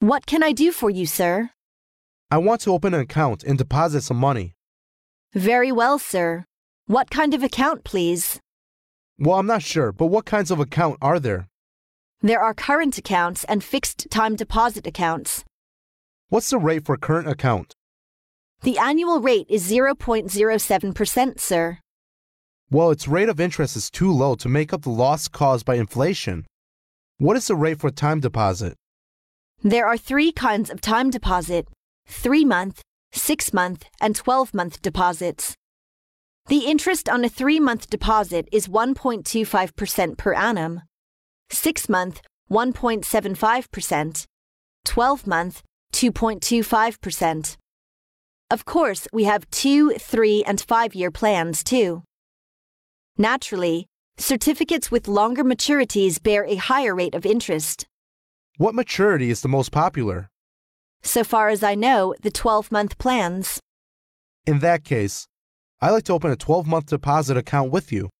What can I do for you, sir? I want to open an account and deposit some money. Very well, sir. What kind of account, please? Well, I'm not sure, but what kinds of account are there? There are current accounts and fixed time deposit accounts. What's the rate for current account? The annual rate is 0.07%, sir. Well, its rate of interest is too low to make up the loss caused by inflation. What is the rate for time deposit? There are three kinds of time deposit 3 month, 6 month, and 12 month deposits. The interest on a 3 month deposit is 1.25% per annum, 6 month, 1.75%, 12 month, 2.25%. Of course, we have 2, 3, and 5 year plans too. Naturally, certificates with longer maturities bear a higher rate of interest. What maturity is the most popular? So far as I know, the 12 month plans. In that case, I'd like to open a 12 month deposit account with you.